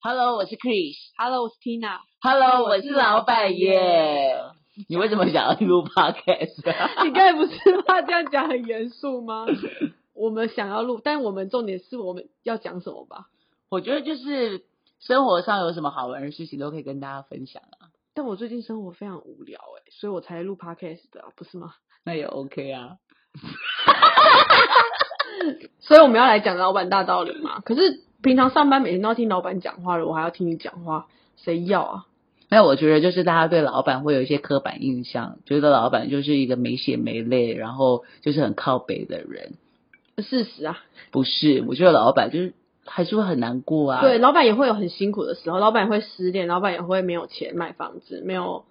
Hello，我是 Chris。 Hello，我是 Tina。 Hello，我我是是老老板板耶耶。你为什么想要录 Podcast？啊 你刚才不是怕这样讲很严肃 吗？我们想要录，但我们重点是我们要讲什么吧？ 我觉得就是生活上有什么好玩的事情都可以跟大家分享啊，但我最近生活非常无聊哎、所以我才录 podcast 的啊、不是吗？那也 OK 啊。所以我们要来讲老板大道理嘛。可是平常上班每天都要听老板讲话了，我还要听你讲话，谁要啊？那我觉得就是大家对老板会有一些刻板印象，觉得老板就是一个没血没泪，然后就是很靠北的人。事实啊，不是，我觉得老板就是还是会很难过啊。对，，老板也会有很辛苦的时候，老板也会失恋，老板也会没有钱买房子，没有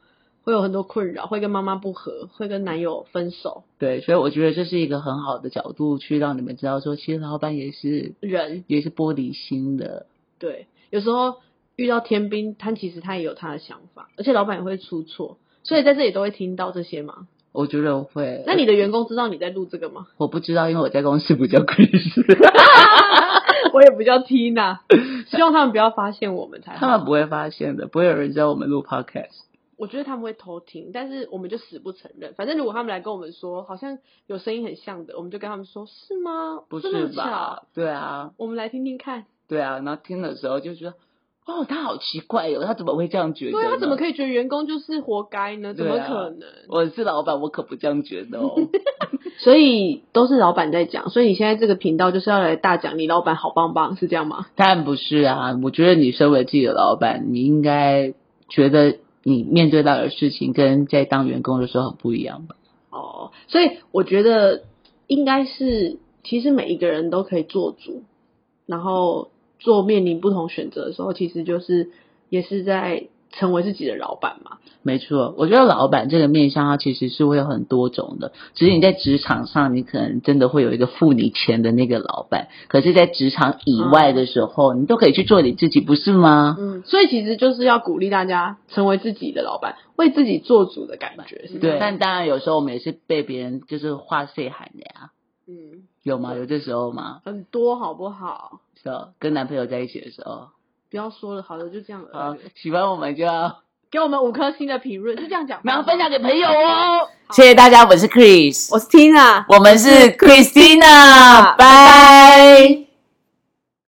会有很多困扰，会跟妈妈不和，会跟男友分手，对，所以我觉得这是一个很好的角度去让你们知道说，其实老板也是人也是玻璃心的。对，有时候遇到天兵，他其实他也有他的想法，而且老板也会出错，所以在这里都会听到这些嘛。我觉得我会。那你的员工知道你在录这个吗？ 我不知道，因为我在公司不叫 Chris，我也不叫 Tina，希望他们不要发现我们才他好。们不会发现的，不会有人知道我们录 Podcast。我觉得他们会偷听，但是我们就死不承认。反正如果他们来跟我们说，好像有声音很像的，我们就跟他们说，是吗？不这么是巧？吧？对啊，我们来听听看。对啊。然后听的时候就觉得，哦，他好奇怪哦，他怎么会这样觉得？对啊他怎么可以？以觉得员工就是活该呢？怎对啊么可能？我是老板，我可不这样觉得哦。所以都是老板在讲，所以你现在这个频道就是要来大讲你老板好棒棒，是这样吗？当然不是啊，我觉得你身为自己的老板，你应该觉得你面对到的事情跟在当员工的时候很不一样吧？哦，所以我觉得应该是，其实每一个人都可以做主，然后做面临不同选择的时候，其实就是也是在成为自己的老板嘛。没错，我觉得老板这个面向，它其实是会有很多种的。只是你在职场上，你可能真的会有一个付你钱的那个老板，可是，在职场以外的时候，你都可以去做你自己，不是吗？嗯，所以其实就是要鼓励大家成为自己的老板，为自己做主的感觉，是嗯对，吗但当然有时候我们也是被别人就是话碎喊的呀，啊嗯，有吗？有这时候吗？很多好不好？是哦，跟男朋友在一起的时候，不要说了，好了，就这样好了。，喜欢我们就要。给我们五颗星的评论，是这样讲吗？然后分享给朋友哦。好谢谢大家，我是 Chris， 我是 Tina。我们是 Christina，拜。